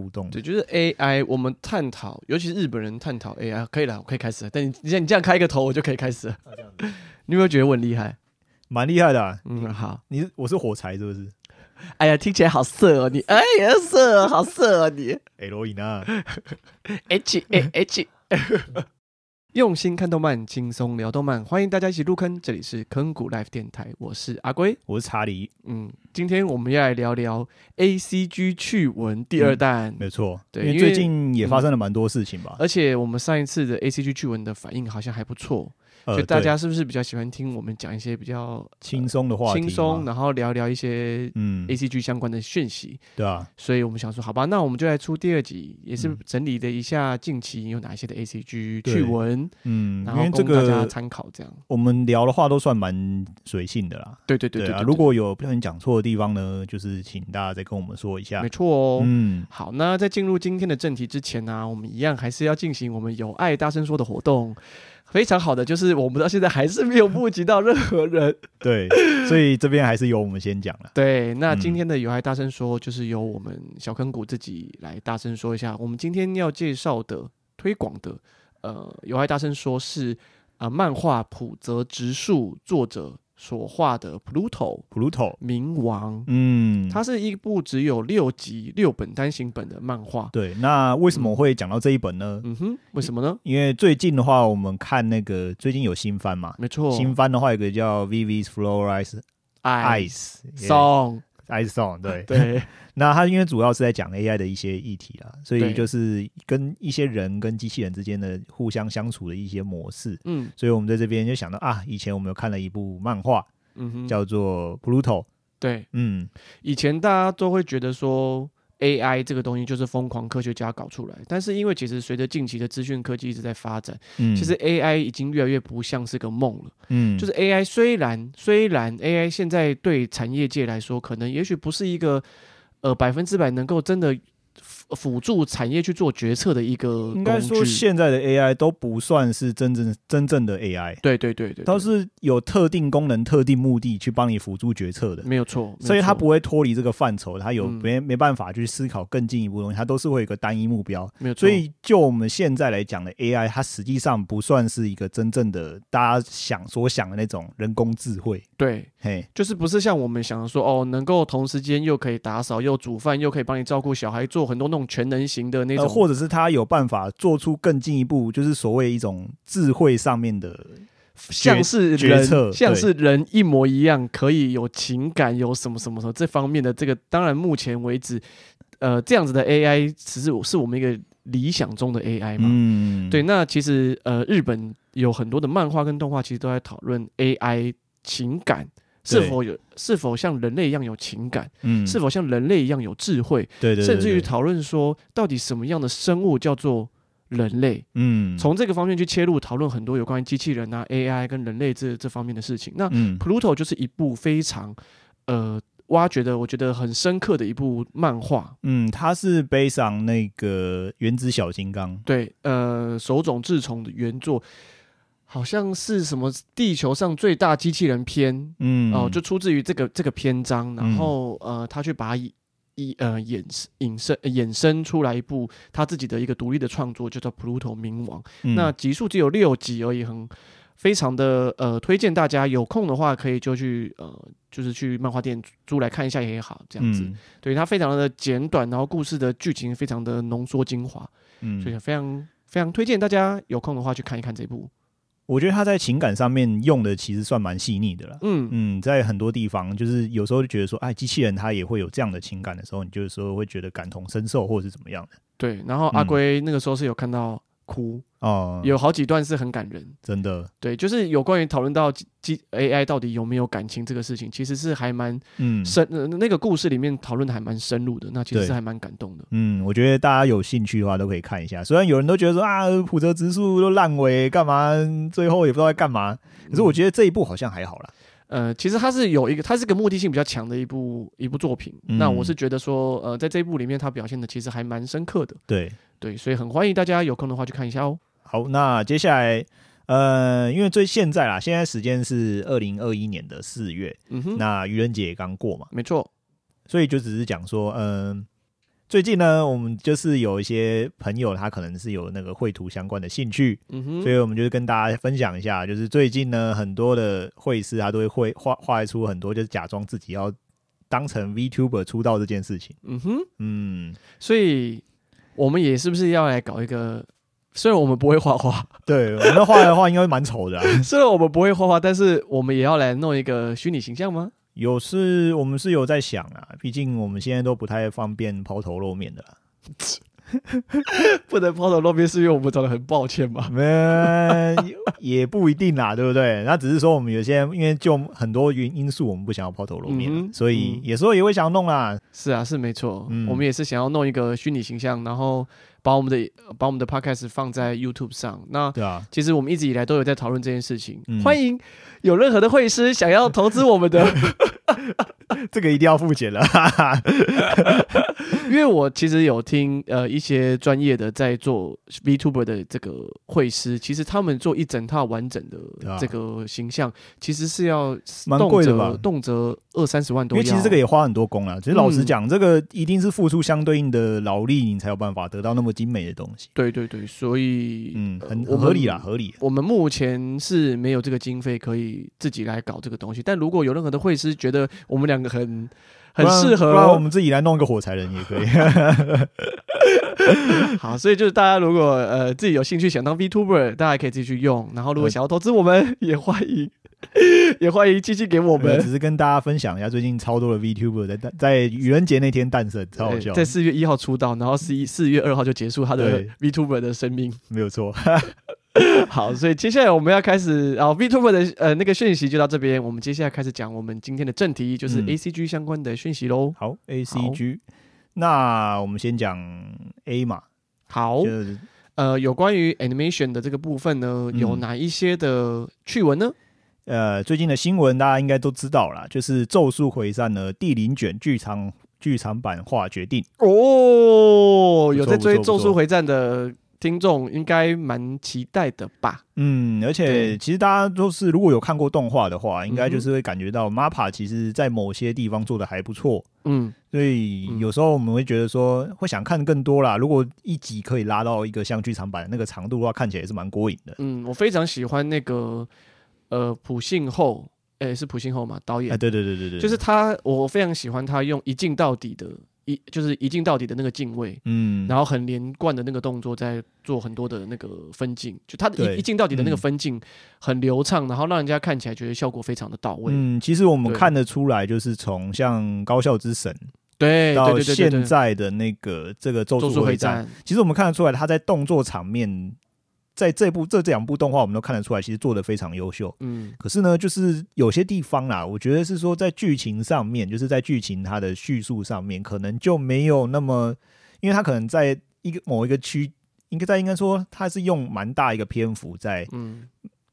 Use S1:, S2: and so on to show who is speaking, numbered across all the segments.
S1: 互动。
S2: 对，就是 AI，我们探讨，尤其是日本人探讨 AI，可以了，我可以开始了。但你你像你这样开一个头，我就可以开始了。你有没有觉得我很厉害？
S1: 蛮厉害的啊、
S2: 嗯，好。
S1: 你是我是火柴是不是
S2: 哎呀，听起来好色哦，你哎呀色哦，好色哦你。
S1: ？L 影啊，
S2: H A H，用心看动漫，轻松聊动漫，欢迎大家一起入坑，这里是坑谷 Life 电台，我是阿龟。
S1: 我是查理，
S2: 嗯，今天我们要来聊聊 A C G 趣闻第二弹，
S1: 嗯没错。
S2: 对
S1: 因为
S2: 因为嗯
S1: 最近也发生了蛮多事情吧。
S2: 而且我们上一次的 A C G 趣闻的反应好像还不错，
S1: 呃，
S2: 所以大
S1: 对
S2: 家是不是比较喜欢听我们讲一些比较
S1: 轻松的话题嘛，
S2: 轻松，然后聊聊一些
S1: 嗯
S2: A，C G 相关的讯息？
S1: 对啊，
S2: 所以我们想说，好吧，那我们就来出第二集，也是
S1: 嗯
S2: 整理了一下近期有哪一些的 A C G
S1: 对
S2: 趣闻，
S1: 嗯，
S2: 然
S1: 因
S2: 后
S1: 为这
S2: 供大家
S1: 个
S2: 参考这样。
S1: 我们聊的话都算蛮随性的啦。
S2: 对对对对
S1: 啊，
S2: 对
S1: 如果有不小心讲错的地方呢，就是请大家再跟我们说一下
S2: 没。错哦。
S1: 嗯，
S2: 好，那在进入今天的正题之前呢、啊我们一样还是要进行我们有爱大声说的活动。非常好的，就是我们到现在还是没有募集到任何人。
S1: 对，所以这边还是由我们先讲了。
S2: 对，那
S1: 嗯
S2: 今天的有爱大声说，就是由我们小坑谷自己来大声说一下。我们今天要介绍的、推广的，呃，有爱大声说是啊、呃漫画浦泽直树作者所画的 Pluto
S1: Pluto，
S2: 冥王。
S1: 嗯，
S2: 它是一部只有六集、六本单行本的漫画。
S1: 对，那为什么会讲到这一本呢？
S2: 嗯哼，为什么呢？
S1: 因为最近的话，我们看那个最近有新番嘛，
S2: 没错，
S1: 新番的话有个叫 Vivi's Flores
S2: 爱
S1: Ice
S2: song，
S1: Ice Song，对。
S2: 对，
S1: 那它因为主要是在讲 AI 的一些议题啦，所以
S2: 对
S1: 就是跟一些人跟机器人之间的互相相处的一些模式。
S2: 嗯
S1: 所以我们在这边就想到啊，以前我们有看了一部漫画
S2: 嗯哼，
S1: 叫做 Pluto，
S2: 对。
S1: 嗯，
S2: 以前大家都会觉得说 AI 这个东西就是疯狂科学家搞出来，但是因为其实随着近期的资讯科技一直在发展，
S1: 嗯
S2: 其实 AI 已经越来越不像是个梦了。
S1: 嗯
S2: 就是 AI 虽然虽然 AI 现在对产业界来说，可能也许不是一个呃百分之百能够真的辅辅助产业去做决策的一个
S1: 应该说
S2: 工具
S1: 现在的 AI 都不算是真正真正的 AI，
S2: 对对对对，
S1: 都
S2: 对
S1: 是有特定功能、特定目的去帮你辅助决策的。
S2: 没有错，没有错
S1: 所以它不会脱离这个范畴，它有
S2: 嗯
S1: 没没办法去思考更进一步的东西，它都是会有一个单一目标。
S2: 没有错，
S1: 所以就我们现在来讲的 AI，它实际上不算是一个真正的大家想所想的那种人工智慧。
S2: 对。
S1: 嘿，
S2: 就是不是像我们想的说哦，能够同时间又可以打扫，又煮饭，又可以帮你照顾小孩，做很多那种全能型的那种，
S1: 呃，或者是它有办法做出更进一步，就是所谓一种智慧上面的，
S2: 像是
S1: 决
S2: 人
S1: 策
S2: 像
S1: 对
S2: 是人一模一样，可以有情感，有什么什么什么这方面的这个，当然目前为止，呃，这样子的 AI 其实是我们一个理想中的 AI 嘛。
S1: 嗯，
S2: 对，，那其实呃，日本有很多的漫画跟动画，其实都在讨论 AI 情感是
S1: 对
S2: 否有是否像人类一样有情感，
S1: 嗯，
S2: 是否像人类一样有智慧。
S1: 对，对对对，
S2: 甚至
S1: 对
S2: 于讨论说，到底什么样的生物叫做人类？
S1: 嗯，
S2: 从这个方面去切入讨论很多有关于机器人啊、AI 跟人类这这方面的事情。那
S1: 嗯
S2: Pluto 就是一部非常呃挖掘的，我觉得很深刻的一部漫画。
S1: 嗯，它是背上那个原子小金刚，
S2: 对，呃，手冢治虫的原作，好像是什么地球上最大机器人篇
S1: 嗯，
S2: 哦、就出自于这个这个篇章。然后、呃，他去把它以以呃衍引申呃衍生出来一部他自己的一个独立的创作，就叫《Pluto 冥王》。
S1: 嗯
S2: 那集数只有六集而已，很非常的呃，推荐大家有空的话可以就去呃，就是去漫画店租来看一下也好，这样子。
S1: 嗯
S2: 对，它非常的简短，然后故事的剧情非常的浓缩精华，
S1: 嗯，
S2: 所以非常非常推荐大家有空的话去看一看这部。
S1: 我觉得他在情感上面用的其实算蛮细腻的了。
S2: 嗯，
S1: 嗯，在很多地方，就是有时候就觉得说，哎，机器人它也会有这样的情感的时候，你就是说会觉得感同身受，或者是怎么样的
S2: 对。然后阿
S1: 嗯
S2: 龟那个时候是有看到哭，
S1: 哦、
S2: 有好几段是很感人。
S1: 真的，
S2: 对，就是有关于讨论到机机 AI 到底有没有感情这个事情，其实是还蛮
S1: 嗯
S2: 深，呃那个故事里面讨论的还蛮深入的，那其实
S1: 对
S2: 是还蛮感动的。
S1: 嗯，我觉得大家有兴趣的话都可以看一下。虽然有人都觉得说啊，普泽直树都烂尾，干嘛最后也不知道在干嘛，可是我觉得这一部好像还好啦。
S2: 呃，其实它是有一个，它是个目的性比较强的一部一部作品。
S1: 嗯
S2: 那我是觉得说，呃，在这一部里面，它表现的其实还蛮深刻的，
S1: 对，
S2: 对，所以很欢迎大家有空的话去看一下哦。
S1: 好，那接下来。呃，因为最现在啦，现在时间是二零二一年的四月，
S2: 嗯哼，
S1: 那愚人节也刚过嘛，
S2: 没错，
S1: 所以就只是讲说，嗯、最近呢，我们就是有一些朋友，他可能是有那个绘图相关的兴趣，
S2: 嗯哼，
S1: 所以我们就是跟大家分享一下，就是最近呢，很多的绘师他都会绘画画出很多，就是假装自己要当成 VTuber 出道这件事情。
S2: 嗯哼，
S1: 嗯，
S2: 所以我们也是不是要来搞一个？虽然我们不会画画，
S1: 对，我们画的话应该会蛮丑的、啊。
S2: 虽然我们不会画画，但是我们也要来弄一个虚拟形象吗？
S1: 有是，我们是有在想啊，毕竟我们现在都不太方便抛头露面的啦。
S2: 不能抛头露面，是因为我们长得很抱歉吧？
S1: 嗯，也不一定啦，对不对？那只是说我们有些因为就很多原因素，我们不想要抛头露面啊、
S2: 嗯哼
S1: 所以
S2: 嗯
S1: 有时候也会想弄啦。
S2: 是啊，是没错，
S1: 嗯
S2: 我们也是想要弄一个虚拟形象，然后把我们的把我们的 podcast 放在 YouTube 上。那
S1: 对啊，
S2: 其实我们一直以来都有在讨论这件事情，
S1: 嗯
S2: 欢迎有任何的会师想要投资我们 的，
S1: 这个一定要付 钱了。
S2: 因为我其实有听呃一些专业的在做 VTuber 的这个会师，其实他们做一整套完整的
S1: 对啊
S2: 这个形象，其实是要
S1: 蛮
S2: 动
S1: 贵的
S2: 辄
S1: 吧
S2: 动辄二三十万都
S1: 因
S2: 要。
S1: 为其实这个也花很多功啦。其实老实讲，这个一定是付出相对应的劳力，你才有办法得到那么精美的东西。
S2: 对对对，所以
S1: 嗯，
S2: 呃
S1: 很
S2: 我
S1: 很合理
S2: 们
S1: 啦，合理。
S2: 我们目前是没有这个经费可以自己来搞这个东西，但如果有任何的会师觉得我们两个很很
S1: 不然
S2: 适
S1: 不然我
S2: 合，
S1: 们自己来弄一个火柴人也可以。
S2: 好，所以就是大家如果呃自己有兴趣想当 VTuber，大家可以自己去用，然后如果
S1: 嗯
S2: 想要投资我们， 也欢迎也欢迎寄信 给我
S1: 我
S2: 们。
S1: 只是跟大家分享一下，最近超多的 VTuber 在诞在愚人节那天诞生，超好
S2: 对
S1: 笑，
S2: 在四月一号出道，然后四一四月二号就结束他的
S1: 对
S2: VTuber 的生命。
S1: 没有错。
S2: 好，所以接下来我们要开始啊，VTuber 的呃那个讯息就到这边，我们接下来开始讲我们今天的正题，就是
S1: 嗯
S2: ACG 相关的讯息喽。
S1: 好，A C G，那我们先讲 A 嘛，就
S2: 好，
S1: 是
S2: 呃，有关于 animation 的这个部分呢，
S1: 嗯
S2: 有哪一些的趣闻呢？
S1: 呃最近的新闻大家应该都知道啦，就是《咒术回战》呢第零卷剧场剧场版化决定。
S2: 哦，有在追《
S1: 不错
S2: 咒
S1: 不错
S2: 术回战》的听众应该蛮期待的吧？
S1: 嗯，而且
S2: 对
S1: 其实大家都是如果有看过动画的话，应该
S2: 嗯哼
S1: 就是会感觉到 MAPPA 其实在某些地方做的还不错，
S2: 嗯，
S1: 所以
S2: 嗯
S1: 有时候我们会觉得说会想看更多啦。如果一集可以拉到一个像剧场版那个长度的话，看起来也是蛮过瘾的。
S2: 嗯，我非常喜欢那个呃朴信厚，诶、是朴信厚嘛？导演，
S1: 哎，对对对对对，
S2: 就是他，我非常喜欢他用一镜到底的，一就是一镜到底的那个敬畏，
S1: 嗯，
S2: 然后很连贯的那个动作，在做很多的那个分镜，就他的
S1: 对
S2: 一一镜到底的那
S1: 嗯
S2: 个分镜很流畅，然后让人家看起来觉得效果非常的到位。
S1: 嗯，其实我们
S2: 对
S1: 看得出来，就是从像高校之神
S2: 对哎对
S1: 到
S2: 对对对
S1: 现
S2: 对，
S1: 在的那个这个咒
S2: 咒
S1: 术
S2: 术
S1: 回
S2: 回
S1: 战，
S2: 战，
S1: 其实我们看得出来，他在动作场面，在这部这这两部动画，我们都看得出来，其实做的非常优秀。
S2: 嗯
S1: 可是呢，就是有些地方啦，我觉得是说在剧情上面，就是在剧情它的叙述上面，可能就没有那么，因为它可能在一个某一个区，应该在应该说它是用蛮大一个篇幅在
S2: 嗯，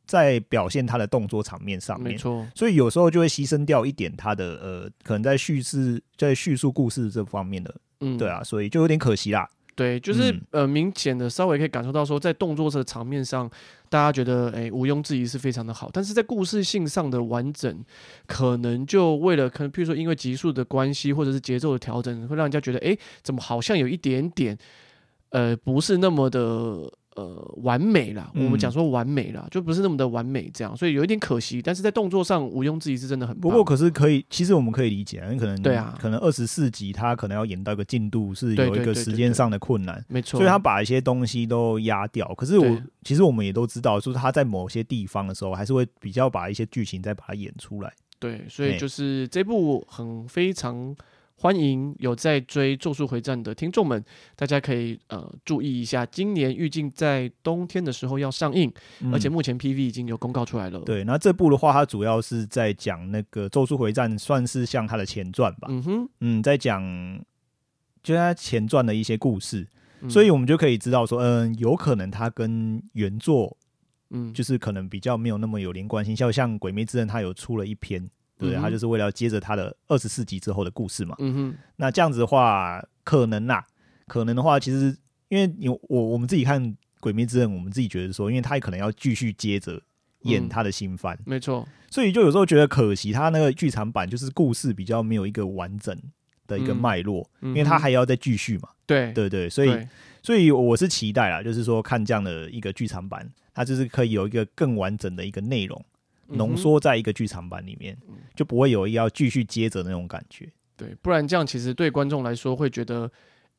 S1: 在表现它的动作场面上
S2: 没
S1: 面，
S2: 错，
S1: 所以有时候就会牺牲掉一点它的呃，可能在叙事在叙述故事这方面的，
S2: 嗯，
S1: 对啊，所以就有点可惜啦。
S2: 对，就是、
S1: 嗯
S2: 呃，明显的稍微可以感受到说，在动作的场面上，大家觉得哎毋庸置疑是非常的好，但是在故事性上的完整，可能就为了可能譬如说因为集数的关系，或者是节奏的调整，会让人家觉得哎怎么好像有一点点呃不是那么的呃完美啦。我们
S1: 嗯
S2: 讲说完美啦，就不是那么的完美这样，所以有一点可惜。但是在动作上毋庸置疑是真的很棒。
S1: 不过可是可以，其实我们可以理解啊，因为可能
S2: 对啊
S1: 可能二十四集它可能要演到一个进度是
S2: 对
S1: 有
S2: 对
S1: 一
S2: 对
S1: 个
S2: 对
S1: 时
S2: 对
S1: 间
S2: 对
S1: 上的困难。
S2: 没错，
S1: 所以他把一些东西都压掉。可是我
S2: 对
S1: 其实我们也都知道，就是他在某些地方的时候，还是会比较把一些剧情再把它演出来。
S2: 对，所以
S1: 嘿
S2: 就是这部很非常欢迎有在追《咒术回战》的听众们，大家可以呃注意一下，今年预计在冬天的时候要上映，
S1: 嗯
S2: 而且目前 PV 已经有公告出来了。，
S1: 对，那这部的话，它主要是在讲那个《咒术回战》，算是像它的前传吧。
S2: 嗯哼，
S1: 嗯，在讲就是它前传的一些故事，
S2: 嗯
S1: 所以我们就可以知道说，嗯，有可能它跟原作
S2: 嗯
S1: 就是可能比较没有那么有连贯性。像像《鬼灭之刃》，它有出了一篇。对，
S2: 嗯哼
S1: 它就是为了要接着它的二十四集之后的故事嘛。
S2: 嗯哼，
S1: 那这样子的话，可能啦，可能的话，其实因为你我我们自己看《鬼灭之刃》，我们自己觉得说，因为他可能要继续接着演
S2: 嗯
S1: 他的新番，
S2: 没错，
S1: 所以就有时候觉得可惜，他那个剧场版就是故事比较没有一个完整的一个
S2: 嗯
S1: 脉络，
S2: 因
S1: 因为它还要再继续嘛，
S2: 对
S1: 对对，所以
S2: 对嗯
S1: 所以我是期待啦，就是说看这样的一个剧场版，它就是可以有一个更完整的一个内容浓
S2: 嗯
S1: 缩在一个剧场版里面，就不会有要继续接着那种感觉。
S2: 哼对，不然这样其实对观众来说会觉得。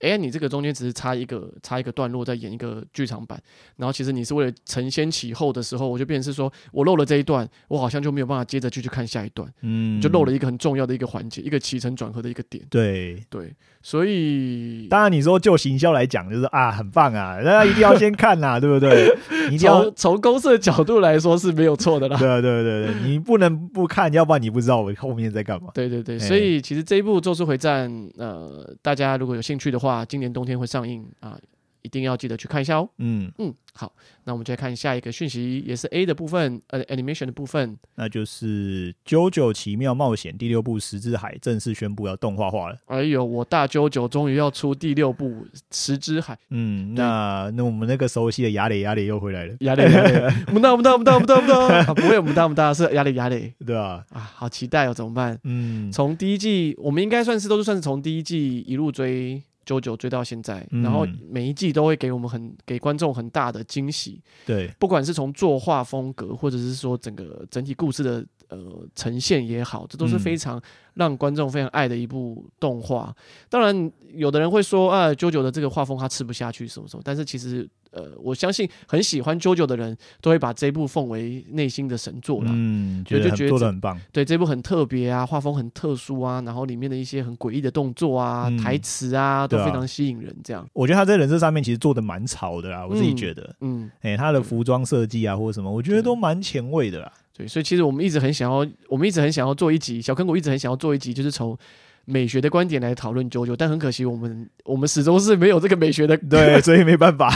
S2: 哎，你这个中间只是插一个插一个段落，再演一个剧场版，然后其实你是为了承先启后的时候，我就变成是说我漏了这一段，我好像就没有办法接着去去看下一段，
S1: 嗯，
S2: 就漏了一个很重要的一个环节，一个起承转合的一个点。
S1: 对。
S2: 对，所以
S1: 当然，你说就行销来讲，就是啊，很棒啊，大家一定要先看 啦，对不对？你一定要
S2: 从从公司的角度来说是没有错的啦。
S1: 对对 对对，你不能不看，要不然你不知道我后面在干嘛。
S2: 对对对，
S1: 哎
S2: 所以其实这一部《咒术回战》，呃，大家如果有兴趣的话，今年冬天会上映啊、一定要记得去看一下哦。
S1: 嗯，
S2: 嗯，好，那我们再看下一个讯息，也是 A 的部分，呃，animation 的部分。
S1: 那就是《九九奇妙冒险》第六部《十之海》正式宣布要动画化了。
S2: 哎呦，我大舅舅终于要出第六部《十之海》
S1: 嗯，
S2: 对
S1: 那那我们那个熟悉的雅蕾雅蕾又回来了，
S2: 压力 压力，不大不大不大不大不大，啊不会不大不大是压力压力
S1: 对吧、
S2: 啊，好期待哦，怎么办？
S1: 嗯，
S2: 从第一季，我们应该算是都是算是从第一季一路追九九追到现在，
S1: 嗯
S2: 然后每一季都会给我们很给观众很大的惊喜，
S1: 对，
S2: 不管是从作画风格，或者是说整个整体故事的呃呈现也好，这都是
S1: 嗯
S2: 非常让观众非常爱的一部动画。当然，有的人会说啊，九九的这个画风他吃不下去什么什么，但是其实呃，我相信很喜欢九九的人都会把这部奉为内心的神作啦。
S1: 嗯，
S2: 所以
S1: 觉得
S2: 就
S1: 很
S2: 觉得
S1: 做
S2: 这
S1: 的很棒，
S2: 对，这部很特别啊，画风很特殊啊，然后里面的一些很诡异的动作啊、
S1: 嗯
S2: 台词啊，都
S1: 对啊
S2: 非常吸引人。这样，
S1: 我觉得他在人设上面其实做的蛮潮的啦，我自己
S2: 嗯
S1: 觉得，
S2: 嗯，
S1: 哎、他的服装设计啊或者什么，我觉得都蛮前卫 的啦。
S2: 对，所以其实我们一直很想要，我们一直很想要做一集，小坑谷一直很想要做一集，就是从美学的观点来讨论九九，但很可惜，我们我们始终是没有这个美学的，
S1: 对，所以没办法，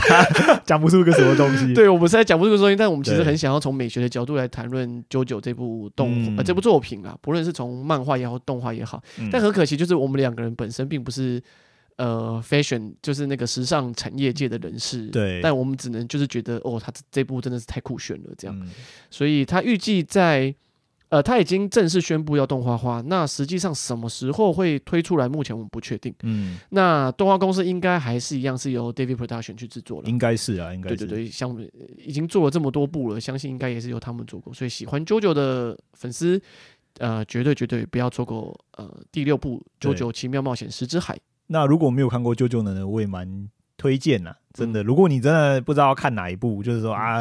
S1: 讲不出个什么东西。
S2: 对我们是在讲不出这个东西，但我们其实
S1: 对
S2: 很想要从美学的角度来谈论九九这部动、
S1: 嗯
S2: 呃这部作品啊，不论是从漫画也好，动画也好，
S1: 嗯
S2: 但很可惜，就是我们两个人本身并不是。呃，fashion 就是那个时尚产业界的人士，
S1: 对
S2: 但我们只能就是觉得，哦，他这这部真的是太酷炫了，这样。
S1: 嗯
S2: 所以他预计在呃，他已经正式宣布要动画化，那实际上什么时候会推出来，目前我们不确定。
S1: 嗯，
S2: 那动画公司应该还是一样是由 David Production 去制作了。
S1: 应该是啊，应该
S2: 对
S1: 是。
S2: 对对，像呃已经做了这么多部了，相信应该也是由他们做过。所以喜欢 JoJo 的粉丝，呃，绝对绝对不要错过呃第六部《
S1: 对
S2: JoJo 奇妙冒险十之海》。
S1: 那如果没有看过《啾啾》的呢，我也蛮推荐呐，真
S2: 嗯
S1: 的。如果你真的不知道看哪一部，就是说啊，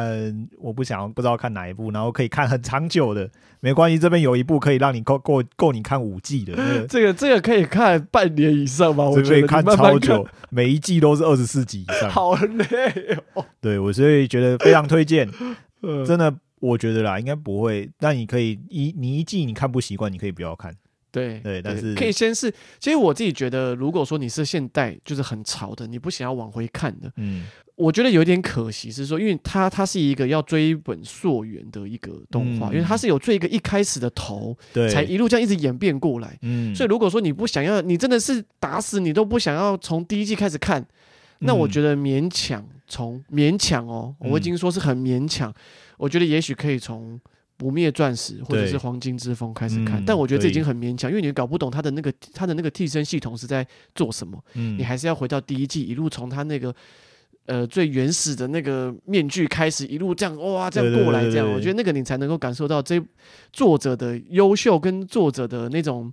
S1: 我不想要不知道看哪一部，然后可以看很长久的，没关系，这边有一部可以让你够够够你看五季的， 那个
S2: 这个这个可以看半年以上吧，我
S1: 这
S2: 觉得
S1: 可以
S2: 你慢慢
S1: 超久，每一季都是二十四集以
S2: 看，
S1: 上。
S2: 好累 哦。
S1: 对我所以觉得非常推荐，
S2: 呃
S1: 真的。我觉得啦，应该不会。但你可以一你一季你看不习惯，你可以不要看。
S2: 对
S1: 对但是
S2: 可以先是，其实我自己觉得，如果说你是现代就是很潮的，你不想要往回看的，
S1: 嗯，
S2: 我觉得有点可惜，是说，因为它它是一个要追本溯源的一个动
S1: 嗯
S2: 画，因为它是有最一个一开始的头，
S1: 对，
S2: 才一路这样一直演变过来。
S1: 嗯，
S2: 所以如果说你不想要，你真的是打死你都不想要从第一季开始看，那我
S1: 嗯
S2: 觉得勉强从勉强哦，我已
S1: 嗯
S2: 经说是很勉强，我觉得也许可以从。不灭钻石或者是
S1: 对
S2: 黄金之风开始看，
S1: 嗯
S2: 但我觉得这
S1: 可
S2: 已
S1: 以
S2: 经很勉强，因为你搞不懂他的那个他的那个替身系统是在做什么，
S1: 嗯
S2: 你还是要回到第一季，一路从他那个呃最原始的那个面具开始，一路这样哇这样
S1: 对对
S2: 过来，
S1: 对
S2: 这样
S1: 对
S2: 我
S1: 对
S2: 觉得那个你才能够感受到这作者的优秀跟作者的那种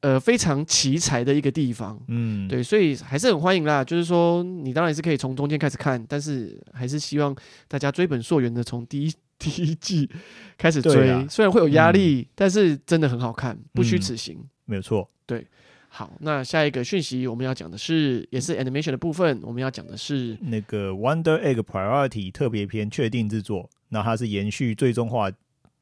S2: 呃非常奇才的一个地方。
S1: 嗯，
S2: 对，所以还是很欢迎啦。就是说，你当然是可以从中间开始看，但是还是希望大家追本溯源的，从第一 第一季开始
S1: 对
S2: 追啊
S1: 啦。
S2: 虽然会有压力，但是真的很好看，不虚
S1: 嗯
S2: 此行。
S1: 没有错。
S2: 好，那下一个讯息我们要讲的是，也是 animation 的部分，我们要讲的是，
S1: 那个《Wonder Egg Priority》特别篇确定制作，那它是延续最终化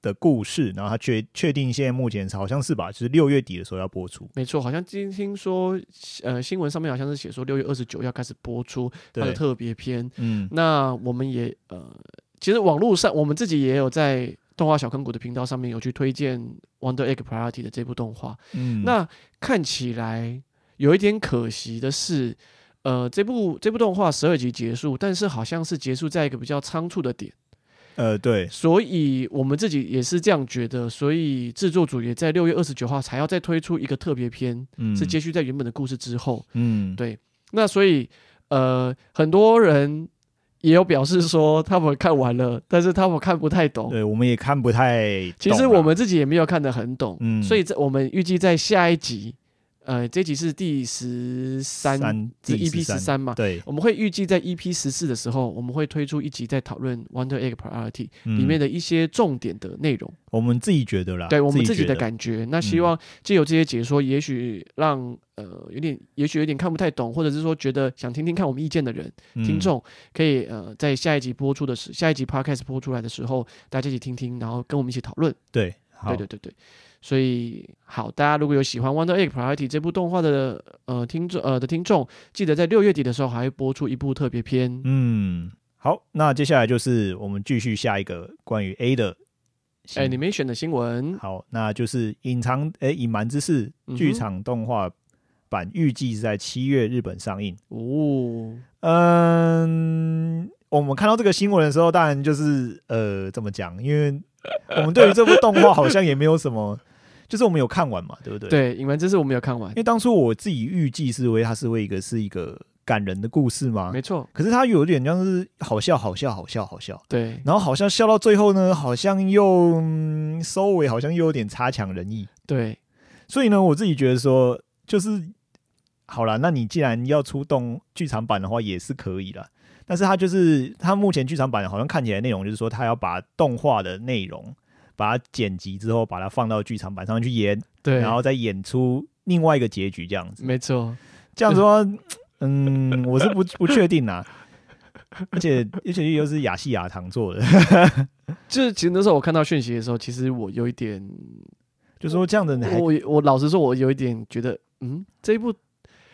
S1: 的故事，然后它确确定现在目前好像是吧，就是六月底的时候要播出。
S2: 没错，好像今听说，呃，新闻上面好像是写说六月二十九要开始播出它的
S1: 对，
S2: 特别篇。
S1: 嗯，
S2: 那我们也呃，其实网络上我们自己也有在动画小坑谷的频道上面有去推荐《Wonder Egg Priority》的这部动画。
S1: 嗯
S2: 那看起来有一点可惜的是，呃，这部这部动画十二集结束，但是好像是结束在一个比较仓促的点。
S1: 呃，对，
S2: 所以我们自己也是这样觉得，所以制作组也在六月二十九号才要再推出一个特别篇，
S1: 嗯，
S2: 是接续在原本的故事之后。
S1: 嗯，
S2: 对，那所以呃，很多人也有表示说他们看完了，但是他们看不太懂。
S1: 对，我们也看不太懂啊。
S2: 其实我们自己也没有看得很懂，
S1: 嗯
S2: 所以在我们预计在下一集，呃，这集是第十三，是
S1: 第
S2: EP 十三嘛，
S1: 对，
S2: 我们会预计在 EP 十四的时候，我们会推出一集在讨论 Wonder Egg Priority
S1: 嗯
S2: 里面的一些重点的内容，
S1: 我们啊自己觉得啦，
S2: 对我们自
S1: 己
S2: 己
S1: 觉
S2: 的
S1: 得，嗯
S2: 感觉。那希望借由这些解说，也许让呃有点，也许有点看不太懂，或者是说觉得想听听看我们意见的人，
S1: 嗯
S2: 听众可以呃在下一集播出的时，下一集 Podcast 播出来的时候，大家一起听听，然后跟我们一起讨论。
S1: 对，好
S2: 对，对对对，所以好，大家如果有喜欢《Wonder Egg Priority》这部动画的呃听众呃的听众，记得在六月底的时候还会播出一部特别篇。
S1: 嗯，好，那接下来就是我们继续下一个关于 A 的新闻。
S2: Animation 的新闻，
S1: 好，那就是隐藏诶隐瞒之事
S2: 嗯哼
S1: 剧场动画版预计是在七月日本上映。
S2: 哦，
S1: 嗯，我们看到这个新闻的时候，当然就是呃怎么讲，因为我们对于这部动画好像也没有什么，就是我们有看完嘛，对不对？。
S2: 对，影完这是我没有看完
S1: 因，为当初我自己预计是为它是为一个是一个感人的故事嘛，
S2: 没错，
S1: 可是它有点像是好笑好笑好笑好笑，
S2: 对
S1: 然后好像笑到最后呢，好像又、嗯收尾，好像又有点差强人意。
S2: 对，
S1: 所以呢，我自己觉得说，就是好啦，那你既然要出动剧场版的话，也是可以啦。但是它就是它目前剧场版好像看起来内容就是说，它要把动画的内容把它剪辑之后，把它放到剧场版上去演，
S2: 对，
S1: 然后再演出另外一个结局这样子。
S2: 没错，
S1: 这样说， 嗯，我是不不确定啊。而且而且又是亚细亚堂做的，
S2: 就是其实那时候我看到讯息的时候，其实我有一点，
S1: 就说这样的还
S2: 我我老实说，我有一点觉得，嗯，这一部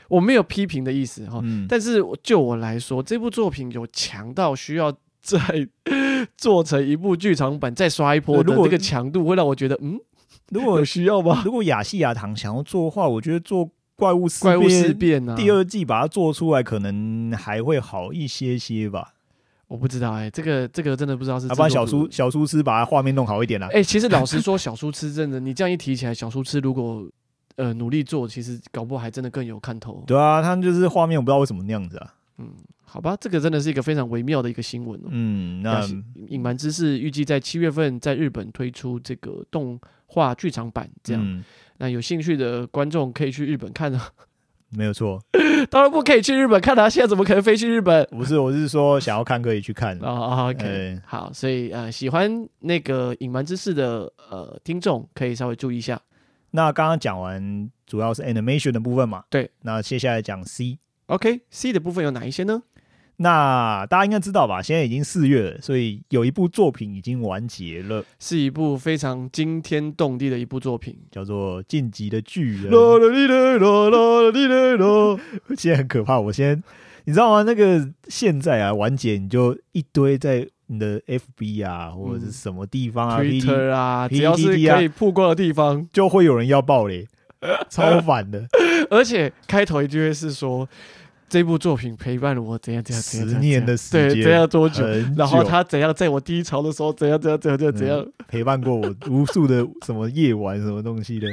S2: 我没有批评的意思哈，
S1: 嗯，
S2: 但是我就我来说，这部作品有强到需要再 做成一部剧场版再刷一波
S1: 对
S2: 的
S1: 如果
S2: 这个强度，会让我觉得，嗯，
S1: 如
S2: 有
S1: 果
S2: 需要吗？
S1: 如果亚细亚堂想要做的话，我觉得做怪物事
S2: 怪物事
S1: 变
S2: 变啊！
S1: 第，二季把它做出来，可能还会好一些些吧。
S2: 我不知道哎、这个这个真的不知道是
S1: 要啊不然
S2: 制
S1: 小
S2: 作组
S1: 苏啊小苏师把它画面弄好一点啦、
S2: 哎、其实老实说，小叔吃真的，你这样一提起来，小叔吃如果呃努力做，其实搞不好还真的更有看头。
S1: 对啊，他们就是画面，我不知道为什么那样子啊。
S2: 好吧，这个真的是一个非常微妙的一个新闻哦。
S1: 嗯，
S2: 那
S1: 那
S2: 隐瞒之事预计在七月份在日本推出这个动画剧场版，这样、
S1: 嗯
S2: 那有兴趣的观众可以去日本看啊。
S1: 没有错。
S2: 当然不可以去日本看啊，现在怎么可能飞去日本
S1: 不是，我是说想要看可以去看
S2: 啊、。o o
S1: 嗯
S2: k
S1: 哎
S2: 好，所以呃，喜欢那个隐瞒之事的呃听众可以稍微注意一下。
S1: 那刚刚讲完主要是 animation 的部分嘛，
S2: 对。
S1: 那接下来讲 C，
S2: OK，C、的部分有哪一些呢？
S1: 那大家应该知道吧？现在已经四月了，所以有一部作品已经完结了，
S2: 是一部非常惊天动地的一部作品。
S1: 叫做《晋级的巨人》。
S2: 啦哩啦啦啦哩啦啦
S1: 现在很可怕。我先，你知道吗？那个现在啊，完结你就一堆在你的 FB 啊，或者是什么地方啊、PTT
S2: ，Twitter 啊，
S1: PTT
S2: 只要是可以曝光的地方，
S1: 就会有人要爆 雷，超烦的。
S2: 而且开头一句会是说这部作品陪伴了我怎样怎样怎样
S1: 十
S2: 怎样
S1: 年的时间，
S2: 对，怎样多久？
S1: 很久
S2: 然后他怎样在我低潮的时候怎样怎样怎样怎样怎样，
S1: 陪伴过我无数的什么夜晚，什么东西 的。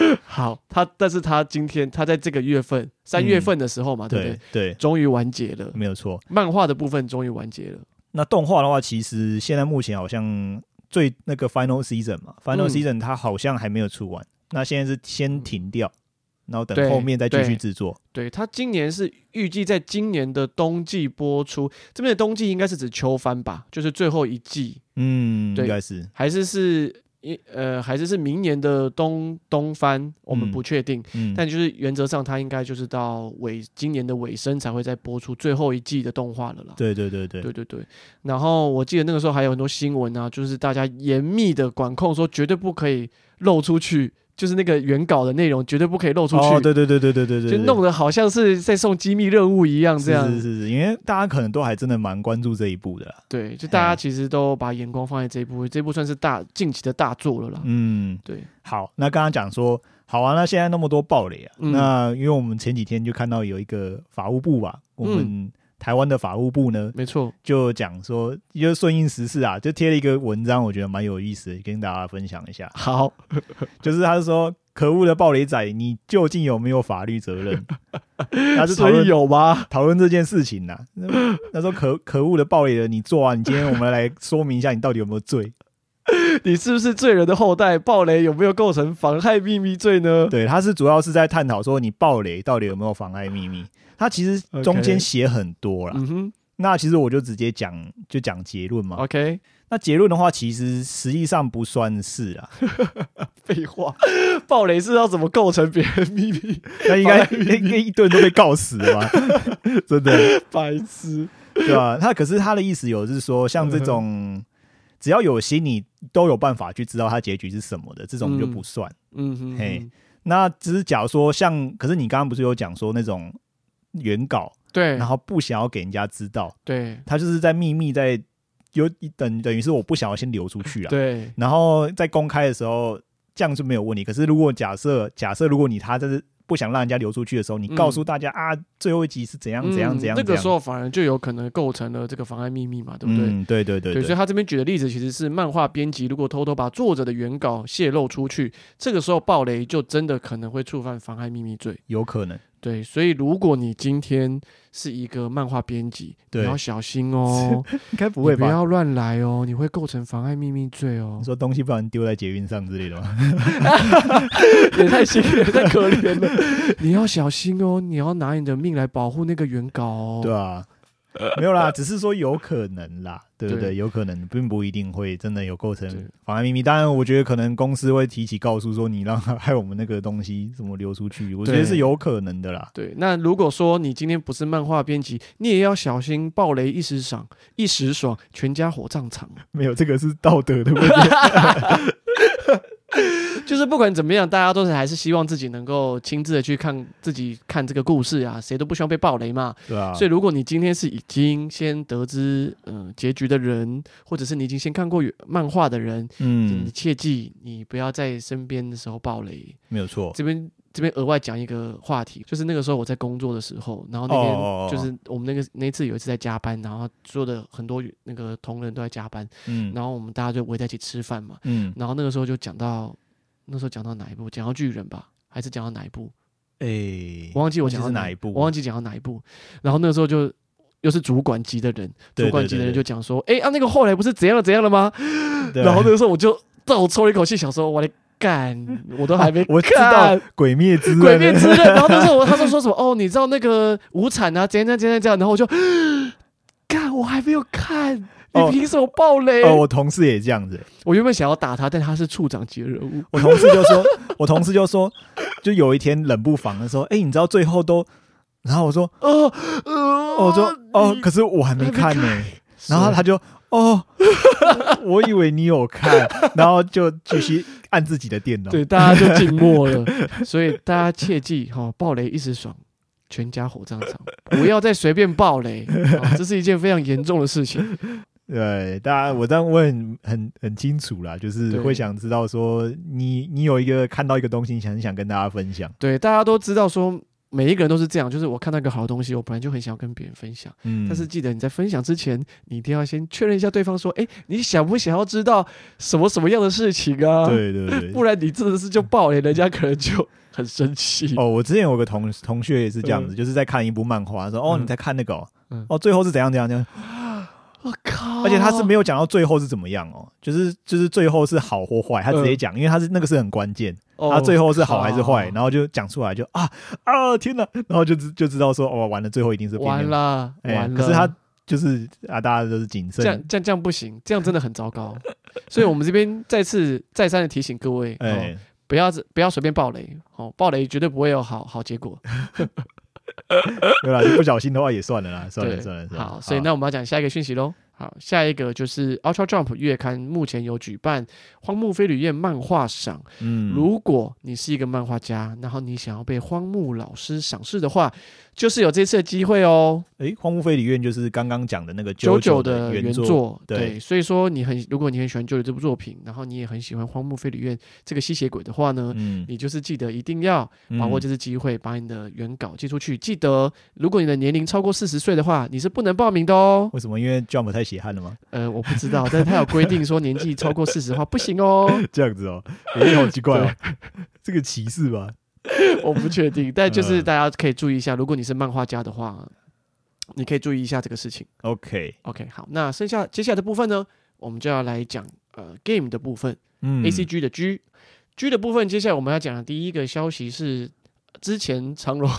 S1: 嗯
S2: 好，他但是他今天他在这个月份三月份的时候嘛，啊对不
S1: 对
S2: 对？
S1: 对，
S2: 终于完结了，嗯
S1: 没有错。
S2: 漫画的部分终于完结了。
S1: 那动画的话，其实现在目前好像最那个 Final Season 嘛，Final
S2: 嗯
S1: Season 它好像还没有出完，那现在是先停掉，然后
S2: 对
S1: 等后面再继
S2: 对
S1: 续制作。
S2: 对他今年是预计在今年的冬季播出，这边的冬季应该是指秋番吧，就是最后一季，
S1: 嗯，
S2: 对
S1: 应该是
S2: 还是是一呃还是是明年的冬冬番，我们
S1: 嗯
S2: 不确定。
S1: 嗯，
S2: 但就是原则上，它应该就是到尾今年的尾声才会再播出最后一季的动画了啦。
S1: 对对对对，
S2: 对对对，然后我记得那个时候还有很多新闻啊，就是大家严密的管控，说绝对不可以漏出去，就是那个原稿的内容绝对不可以漏出去，
S1: 哦，对对对对对对对，
S2: 就
S1: 对
S2: 弄得好像是在送机密任务一样这样。
S1: 是是是是，因为大家可能都还真的蛮关注这一部的啦。
S2: 对，就大
S1: 哎
S2: 家其实都把眼光放在这一部，这部算是大近期的大作了啦。
S1: 嗯，
S2: 对，
S1: 好，那刚刚讲说，好啊，那现在那么多暴雷啊，
S2: 嗯
S1: 那因为我们前几天就看到有一个法务部吧，我们台湾的法务部呢，
S2: 没 错，
S1: 就讲说，就是顺应时事啊，就贴了一个文章，我觉得蛮有意思的，跟大家分享一下。
S2: 好，
S1: 就是他是说，可恶的暴雷仔，你究竟有没有法律责任？他是讨
S2: 所以
S1: 论
S2: 有吗？
S1: 讨论这件事情呐、那他说可可恶的暴雷人，你做啊！你今天我们来说明一下，你到底有没有 罪？
S2: 你是不是罪人的后代？暴雷有没有构成妨害秘密罪呢？
S1: 对，他是主要是在探讨说你暴雷到底有没有妨碍秘密。他其实中间
S2: OK
S1: 写很多啦。
S2: 嗯哼
S1: 那其实我就直接讲，就讲结论嘛。
S2: ，OK，
S1: 那结论的话，其实实际上不算是 啊，
S2: 废话， 暴雷是要怎么构成别人秘密？
S1: 那应该
S2: 妨碍
S1: 应该一顿都被告死了吧？ 真的，
S2: 白痴，
S1: 对吧、他可是他的意思有是说，像这
S2: 嗯
S1: 种只要有心，你都有办法去知道它结局是什么的，这种就不算。
S2: 嗯哼
S1: 嘿
S2: 哼，
S1: 那只是假如说像，可是你刚刚不是有讲说那种原稿，
S2: 对
S1: 然后不想要给人家知道，
S2: 对
S1: 他就是在秘密在有等等于是我不想要先流出去啊，
S2: 对，
S1: 然后在公开的时候这样就没有问题。可是如果假设假设如果你他这是不想让人家流出去的时候，你告诉大家、啊，最后一集是怎样怎样
S2: 嗯
S1: 怎样，
S2: 那
S1: 怎
S2: 个
S1: 样
S2: 时候反而就有可能构成了这个妨碍秘密嘛，对不对？
S1: 嗯，对对对
S2: 对，所以他这边举的例子其实是漫画编辑如果偷偷把作者的原稿泄露出去，这个时候暴雷就真的可能会触犯妨害秘密罪。
S1: 有可能。
S2: 对，所以如果你今天是一个漫画编辑，你
S1: 对
S2: 要小心 哦，
S1: 应该不
S2: 你不？要乱来哦，你会构成妨碍秘密罪哦
S1: 你。说东西不然丢在捷运上之类的吗？
S2: 也太 辛苦，也太可怜了，你要小心哦，你要拿你的命来保护那个原稿哦。
S1: 对 啊，没有啦，只是说有可能啦，对不对？
S2: 对
S1: 有可能，并不一定会真的有构
S2: 对
S1: 成妨碍秘密。当然，我觉得可能公司会提起告诉说你让他害我们那个东西怎么流出去，我觉得
S2: 对
S1: 是有可能的啦。
S2: 对，那如果说你今天不是漫画编辑，你也要小心暴雷一时爽，一时爽，全家火葬场。
S1: 没有，这个是道德的问题。
S2: 就是不管怎么样，大家都是还是希望自己能够亲自的去看自己看这个故事啊，谁都不希望被暴雷嘛。
S1: 对啊，
S2: 所以如果你今天是已经先得知嗯、呃结局的人，或者是你已经先看过原漫画的人，你
S1: 嗯，
S2: 切记你不要在身边的时候暴雷。
S1: 没有错。
S2: 这边这边额外讲一个话题，就是那个时候我在工作的时候，然后那
S1: 哦哦哦
S2: 天就是我们那个那一次有一次在加班，然后所有的很多那个同仁都在加班，
S1: 嗯
S2: 然后我们大家就围在一起吃饭嘛，
S1: 嗯，
S2: 然后那个时候就讲到，那时候讲到哪一部？讲到巨人吧，还是讲到哪一部？
S1: 哎，
S2: 我忘记我讲
S1: 记
S2: 到
S1: 是哪一部？
S2: 我忘记讲到哪一部。然后那个时候就又是主管级的人，
S1: 对
S2: 主管
S1: 对
S2: 级
S1: 对
S2: 的人
S1: 对
S2: 就讲说，哎啊，那个后来不是怎样了怎样了吗？
S1: 对啊
S2: 然后那个时候我就倒抽了一口气，想说我来干，我都还没
S1: 我知道
S2: 看
S1: 《鬼灭之刃》
S2: 鬼灭之刃，然后那时候我他说说什么哦，你知道那个无产啊，怎样怎样怎样怎样，然后我就干，我还没有看，
S1: 哦
S2: 你凭什么爆雷？
S1: 哦，我同事也这样子。
S2: 我原本想要打他，但他是处长级的人物，
S1: 我同事就说，我同事就说，就有一天冷不防的说，哎、你知道最后都，然后我说，
S2: 哦，呃
S1: 哦，我说，哦，
S2: 你
S1: 可是我还没看呢、然后
S2: 是
S1: 他就，哦， 我以为你有看， 然后就继续按自己的电脑。
S2: 对大家就静默了，所以大家切记哈、哦，暴雷一时爽，全家火葬场，不要再随便暴雷、哦这是一件非常严重的事情。
S1: 对，大家我这样问很很清楚啦，就是
S2: 对
S1: 会想知道说，你你有一个看到一个东西，你很想跟大家分享，
S2: 对，大家都知道说。每一个人都是这样，就是我看到一个好东西，我本来就很想要跟别人分享，
S1: 嗯，
S2: 但是记得你在分享之前，你一定要先确认一下对方说，哎，你想不想要知道什么什么样的事情啊？，
S1: 对对对，
S2: 不然你真的是就爆雷，人家可能就很生气。
S1: 哦，我之前有个同同学也是这样子，就是在看一部漫画，说哦
S2: 嗯
S1: 你在看那个哦
S2: 嗯，哦
S1: 哦最后是怎样怎样怎样，
S2: 我、靠！
S1: 而且他是没有讲到最后是怎么样哦，就是就是最后是好或坏，他直
S2: 嗯
S1: 接讲，因为他是那个是很关键，
S2: 有
S1: 他最后是好还是坏，
S2: 哦靠
S1: 然后就讲出来就啊啊天哪，然后就知就知道说哦完了，最后一定是变
S2: 完
S1: 脸，
S2: 了，
S1: 哎
S2: 完了。
S1: 可是他就是啊大家都是谨
S2: 这样
S1: 慎，
S2: 这样这样不行，这样真的很糟 糕。所以我们这边再次再三的提醒各位，哦、
S1: 哎，
S2: 不要不要随便暴雷，哦，暴雷绝对不会有好好结果。
S1: 对吧？就不小心的话也算了啦，算了
S2: 对
S1: 算了，算了
S2: 好，所以那我们要讲下一个讯息喽。好，下一个就是 Ultra Jump 月刊目前有举办《荒木飞吕彦漫画赏》。
S1: 嗯，
S2: 如果你是一个漫画家，然后你想要被荒木老师赏识的话，就是有这次的机会哦。
S1: 诶，《荒木飞吕院》就是刚刚讲的那个
S2: 九九
S1: 的
S2: 的原
S1: 作，
S2: 作，
S1: 对
S2: 对，所以说你很，如果你很喜欢九九这部作品，然后你也很喜欢荒木飞吕彦这个吸血鬼的话呢，
S1: 嗯，
S2: 你就是记得一定要把握这
S1: 是
S2: 次机会，把你的原稿寄出去。记得，如果你的年龄超过四十岁的话，你是不能报名的哦。
S1: 为什么？因为 Jump 太血汗了 吗？
S2: 呃，我不知道，但是他有规定说年纪超过四十的话不行 哦，
S1: 这样子哦，也好奇怪哦， 这个歧视吧？
S2: 我不确定。但就是
S1: 嗯
S2: 大家可以注意一下，如果你是漫画家的话，你可以注意一下这个事情。
S1: OK，
S2: OK，好，那剩下接下来的部分呢，我们就要来讲呃 game 的部分。
S1: 嗯
S2: A C G 的 G G 的部分，接下来我们要讲的第一个消息是，之前长荣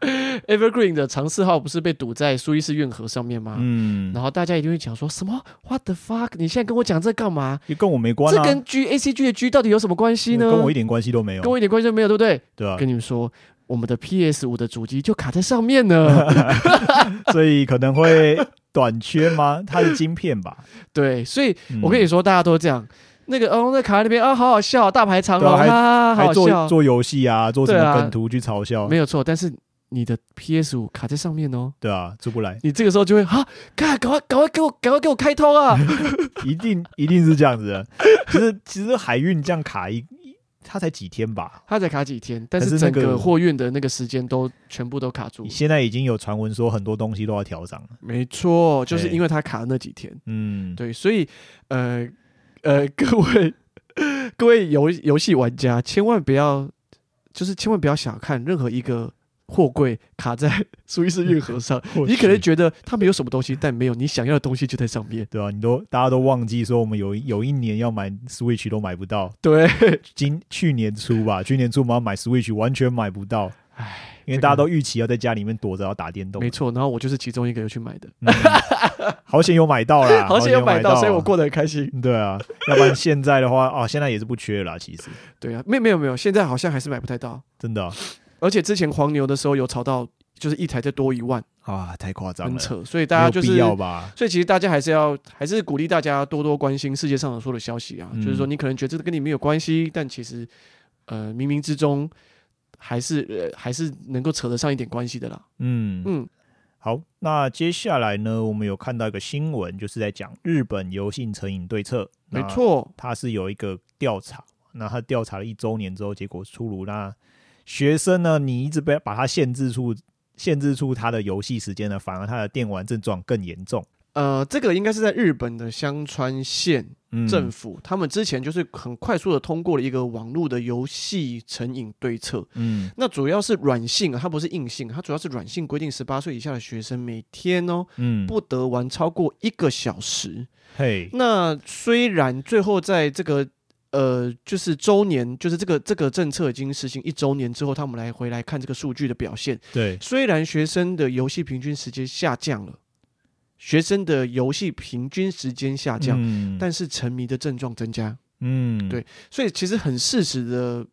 S2: Evergreen 的长四号不是被堵在苏伊士运河上面吗？
S1: 嗯，
S2: 然后大家一定会讲说什么 What the fuck？你现在跟我讲这干嘛？
S1: 就跟我没关
S2: 这
S1: 啊，嗯
S2: 跟 G A C G 的 G 到底有什么关系呢？
S1: 跟我一点关系都没有，
S2: 跟我一点关系都没有，对不对？
S1: 对啊，
S2: 跟你们说，我们的 P S 五的主机就卡在上面 呢。
S1: 所以可能会短缺吗？它是晶片 吧？
S2: 对，所以
S1: 嗯
S2: 我跟你说，大家都这样。那个哦，那卡在那边啊、好好笑，大排长龙，
S1: 对啊
S2: 哈
S1: 还
S2: 哈，好
S1: 还
S2: 好笑
S1: 做。做游戏啊，做什
S2: 对啊
S1: 么梗图去嘲笑
S2: 没？有错，但是你的 PS 五卡在上面哦，
S1: 对啊，出不来，
S2: 你这个时候就会啊，赶赶快赶快给我赶快给我开通 啊！
S1: 一定一定是这样子的。其实其实海运这样卡一，它才几天吧？
S2: 它才卡几天，但
S1: 但
S2: 是
S1: 是那
S2: 整
S1: 个
S2: 个货运的那个时间都全部都卡住。
S1: 现在已经有传闻说很多东西都要调涨了。
S2: 没错，就是
S1: 对
S2: 因为它卡那几天，
S1: 嗯，
S2: 对，所以呃呃，各位 各位游游戏玩家，千万不要就是千万不要小看任何一个货柜卡在 苏伊士运河上，
S1: 或
S2: 你可能
S1: 许
S2: 觉得它没有什么东西，但没有，你想要的东西就在上面。
S1: 对啊，你都大家都忘记说我们有一有一年要买 Switch 都买不到，
S2: 对，
S1: 今去年初吧，去年初我们要买 Switch 完全买不到，
S2: 唉，
S1: 因
S2: 这
S1: 为
S2: 个
S1: 大家都预期要在家里面躲着要打电动
S2: 没。错，然后我就是其中一个有去买的，
S1: 嗯好啊险有买到啦，
S2: 好险有买
S1: 买
S2: 到，所以我过得很开心。
S1: 对啊，要不然现在的话， 哦，现在也是不缺了啦，其实
S2: 对啊，没没有没有，现在好像还是买不太到，
S1: 真的啊
S2: 而且之前黄牛的时候有炒到，就是一台再多一万，
S1: 啊太夸张
S2: 很
S1: 了，
S2: 扯，所以大家就
S1: 没有
S2: 是
S1: 必。要吧？
S2: 所以其实大家还是要，还是鼓励大家多多关心世界上的所有的消息啊。
S1: 嗯
S2: 就是说，你可能觉得这个跟你没有关系，但其实，呃，冥冥之中还是呃还是能够扯得上一点关系的啦。
S1: 嗯，
S2: 嗯，
S1: 好，那接下来呢，我们有看到一个新闻，就是在讲日本油性成瘾对策，
S2: 没，错，
S1: 它是有一个调查，那它调查了一周年之后，结果出炉，那学生呢，你一直被把它限制住。限制住他的游戏时间呢，反而他的电玩症状更严重。
S2: 呃，这个应该是在日本的香川县
S1: 嗯
S2: 政府，他们之前就是很快速的通过了一个网络的游戏成瘾对策。
S1: 嗯
S2: 那主要是软性啊，它不是硬性，它主要是软性规定十八岁以下的学生每天哦
S1: 嗯，
S2: 不得玩超过一个小时。
S1: 嘿，
S2: 那虽然最后在这个呃就是周年，就是这个这个政策已经实行一周年之后，他们来回来看这个数据的表现，
S1: 对，
S2: 虽然学生的游戏平均时间下降了，学生的游戏平均时间下降，
S1: 嗯
S2: 但是沉迷的症状增加。
S1: 嗯，
S2: 对所以其实很事实的，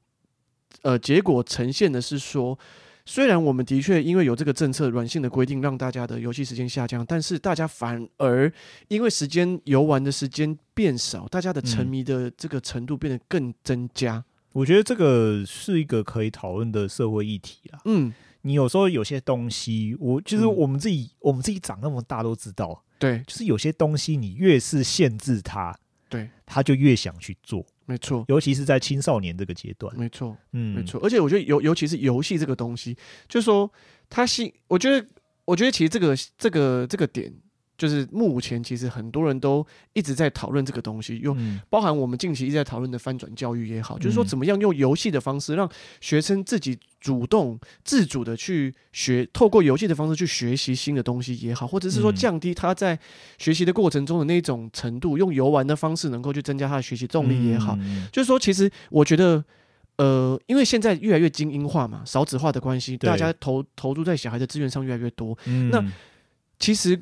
S2: 呃，结果呈现的是说，虽然我们的确因为有这个政策软性的规定，让大家的游戏时间下降，但是大家反而因为时间游玩的时间变少，大家的沉
S1: 嗯
S2: 迷的这个程度变得更增加。
S1: 我觉得这个是一个可以讨论的社会议题啦。
S2: 嗯，
S1: 你有时候有些东西，我其实
S2: 嗯
S1: 我们自己、我们自己长那么大都知道，
S2: 对，
S1: 就是有些东西你越是限制它，
S2: 对，
S1: 他就越想去做，
S2: 没错，
S1: 尤其是在青少年这个阶段。
S2: 没错。
S1: 嗯，
S2: 没，错。而且我觉得尤尤其是游戏这个东西，就是说它吸，我觉得我觉得其实这个这个这个点，就是目前其实很多人都一直在讨论这个东西，用。
S1: 嗯
S2: 包含我们近期一直在讨论的翻转教育也好，就是说
S1: 嗯
S2: 怎么样用游戏的方式让学生自己主动、自主的去学，透过游戏的方式去学习新的东西也好，或者是说
S1: 嗯
S2: 降低他在学习的过程中的那种程度，用游玩的方式能够去增加他的学习动力也好，
S1: 嗯
S2: 就是说，其实我觉得，呃，因为现在越来越精英化嘛，少子化的关系，
S1: 对
S2: 大家投投入在小孩的资源上越来越多。
S1: 嗯
S2: 那其实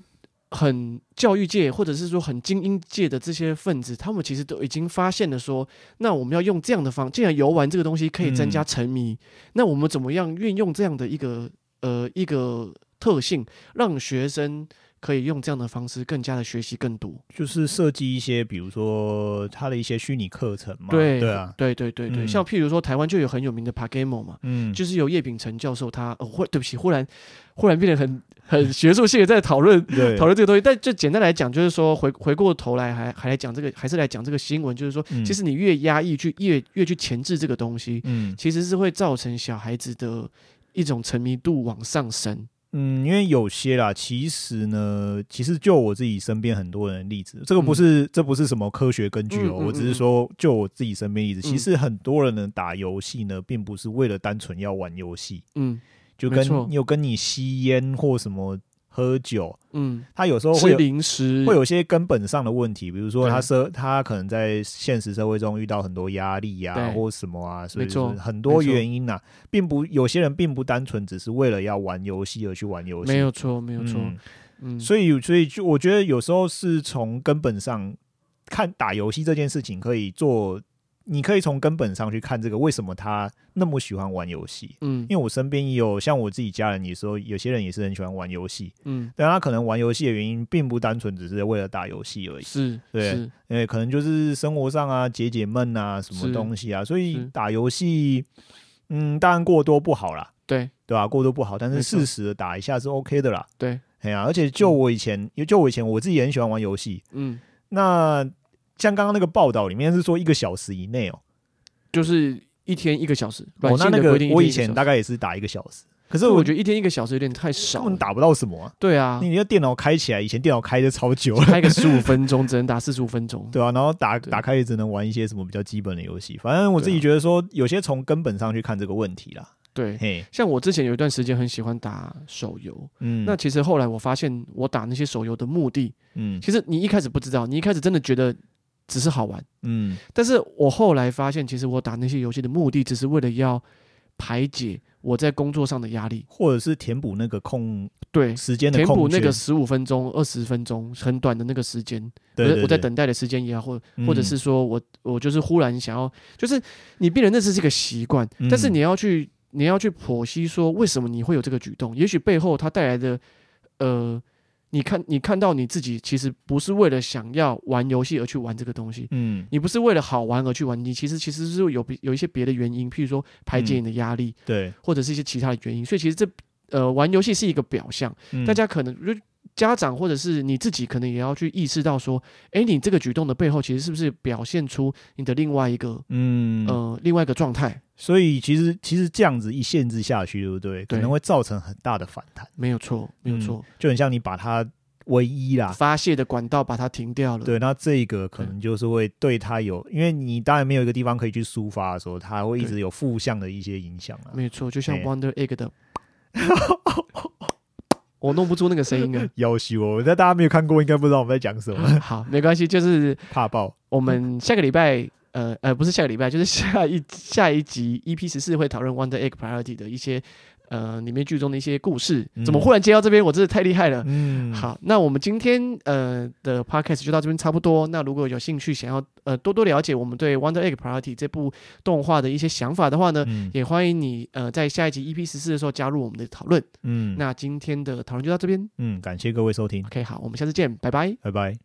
S2: 很教育界或者是说很精英界的这些分子，他们其实都已经发现了说，那我们要用这样的方，既然游玩这个东西可以增
S1: 嗯
S2: 加沉迷，那我们怎么样运用这样的一个呃一个特性，让学生可以用这样的方式更加的学习更多。
S1: 就是设计一些，比如说它的一些虚拟课程嘛，
S2: 对
S1: 对啊，
S2: 对对对对，
S1: 嗯
S2: 像譬如说台湾就有很有名的 Pagamo 嘛，
S1: 嗯，
S2: 就是由叶秉成教授他，呃，忽对不起，忽然忽然变得很很学术性的在讨论
S1: 对，
S2: 讨论这个东西。但就简单来讲，就是说回回过头来还还来讲这个，还是来讲这个新闻，就是说，
S1: 嗯
S2: 其实你越压抑去越越去钳制这个东西，
S1: 嗯
S2: 其实是会造成小孩子的一种沉迷度往上升。
S1: 嗯，因为有些啦，其实呢，其实就我自己身边很多人的例子，这个不
S2: 嗯
S1: 是、这不是什么科学根据哦，
S2: 嗯嗯
S1: 我只
S2: 嗯
S1: 是说就我自己身边例子，
S2: 嗯
S1: 其实很多人呢打游戏呢，并不是为了单纯要玩游戏，
S2: 嗯
S1: 就
S2: 没
S1: 跟
S2: 错
S1: 有跟你吸烟或什么喝酒，
S2: 嗯，
S1: 他有时候会
S2: 吃
S1: 有
S2: 零食
S1: 会有一些根本上的问题，比如说他
S2: 对
S1: 社他可能在现实社会中遇到很多压力呀、
S2: 对
S1: 或什么啊，所以
S2: 没错
S1: 就是很多
S2: 没错
S1: 原因呐、并不有些人并不单纯只是为了要玩游戏而去玩游戏，
S2: 没有错，没有错。
S1: 嗯
S2: 嗯，
S1: 所以所以就我觉得有时候是从根本上看打游戏这件事情可以做，你可以从根本上去看这个为什么他那么喜欢玩游戏。
S2: 嗯
S1: 因为我身边也有像我自己家人，有时候有些人也是很喜欢玩游戏，
S2: 嗯
S1: 但他可能玩游戏的原因并不单纯只是为了打游戏而已。
S2: 是
S1: 对
S2: 是
S1: 诶，可能就是生活上啊，解解闷啊，什么
S2: 是
S1: 东西啊，所
S2: 是
S1: 以打游戏，嗯，当然过多不好啦，
S2: 对
S1: 对吧、过多不好，但
S2: 没
S1: 是
S2: 错
S1: 适时的打一下是 OK 的啦。
S2: 对，
S1: 哎呀、而且就
S2: 嗯
S1: 我以前，因为就我以前我自己也很喜欢玩游戏，
S2: 嗯，
S1: 那像刚刚那个报道里面是说一个小时以内哦、
S2: 就是一天一个小时。
S1: 我、
S2: 软
S1: 哦那
S2: 性
S1: 那
S2: 的
S1: 个
S2: 规定一
S1: 我
S2: 天
S1: 以
S2: 一个小
S1: 前
S2: 时
S1: 大概也是打一个小时，可是
S2: 但
S1: 我
S2: 我
S1: 觉
S2: 觉得一天一个小时有点太少
S1: 根
S2: 了
S1: 本。打不到什么、啊，
S2: 对啊，
S1: 你的电脑开起来，以前电脑开的超久了。
S2: 开个十五分钟，只能打四十五分钟。
S1: 对啊，然后打
S2: 对
S1: 打开也只能玩一些什么比较基本的游戏。反正我自己
S2: 对啊
S1: 觉得说，有些从根本上去看这个问题啦。
S2: 对，
S1: 嘿，
S2: 像我之前有一段时间很喜欢打手游，
S1: 嗯，
S2: 那其实后来我发现，我打那些手游的目的，
S1: 嗯
S2: 其实你一开始不知道，你一开始真的觉得只是好玩，
S1: 嗯
S2: 但是我后来发现，其实我打那些游戏的目的，只是为了要排解我在工作上的压力，，
S1: 或者是填补那个空
S2: 对，
S1: 时间的
S2: 填
S1: 空
S2: 补那
S1: 缺
S2: 个十五分钟、二十分钟很短的那个时间，
S1: 对对
S2: 我在
S1: 对
S2: 我在，等待的时间也好，或
S1: 嗯
S2: 或者是说我我就是忽然想要，就是你变得那是一个习惯，
S1: 嗯
S2: 但是你要去你要去剖析说为什么你会有这个举动，也许背后它带来的呃，你看你看到你自己其实不是为了想要玩游戏而去玩这个东西。
S1: 嗯，
S2: 你不是为了好玩而去玩，你其实其实是有别有一些别的原因，譬如说排
S1: 嗯
S2: 解你的压力，
S1: 对，
S2: 或者是一些其他的原因。所以其实这呃玩游戏是一个表象，
S1: 嗯
S2: 大家可能就家长或者是你自己，可能也要去意识到说，哎，你这个举动的背后，其实是不是表现出你的另外一个、
S1: 嗯，
S2: 呃另外一个状态？
S1: 所以其实其实这样子一限制下去，对不对？可
S2: 对
S1: 能会造成很大的反弹，
S2: 没有错，
S1: 嗯
S2: 没有错，
S1: 就很像你把它唯一啦。
S2: 发泄的管道把它停掉了。
S1: 啊对，那这个可能就是会对它有，因为你当然没有一个地方可以去抒发的时候，它会一直
S2: 对
S1: 有负向的一些影响啊。
S2: 没错，就像
S1: 哎
S2: Wonder Egg 的，我弄不出那个声 音啊。
S1: 要修哦，但大家没有看过，应该不知道我们在讲什 么，
S2: 好，没关系，就是
S1: 怕爆。
S2: 我们下个礼拜，呃呃，不是下个礼拜，就是下一下一集 EP 十四会讨论《Wonder Egg Priority》的一些呃里面剧中的一些故事。怎么
S1: 嗯
S2: 忽然接到这边？我真的太厉害了。
S1: 嗯，，
S2: 好，那我们今天呃的 podcast 就到这边差不多。那如果有兴趣想要呃多多了解我们对《Wonder Egg Priority》这部动画的一些想法的话呢，
S1: 嗯
S2: 也欢迎你呃在下一集 EP 十四的时候加入我们的讨论。
S1: 嗯，
S2: 那今天的讨论就到这边。
S1: 嗯，感谢各位收听，
S2: OK，好，我们下次见，拜拜。
S1: 拜拜。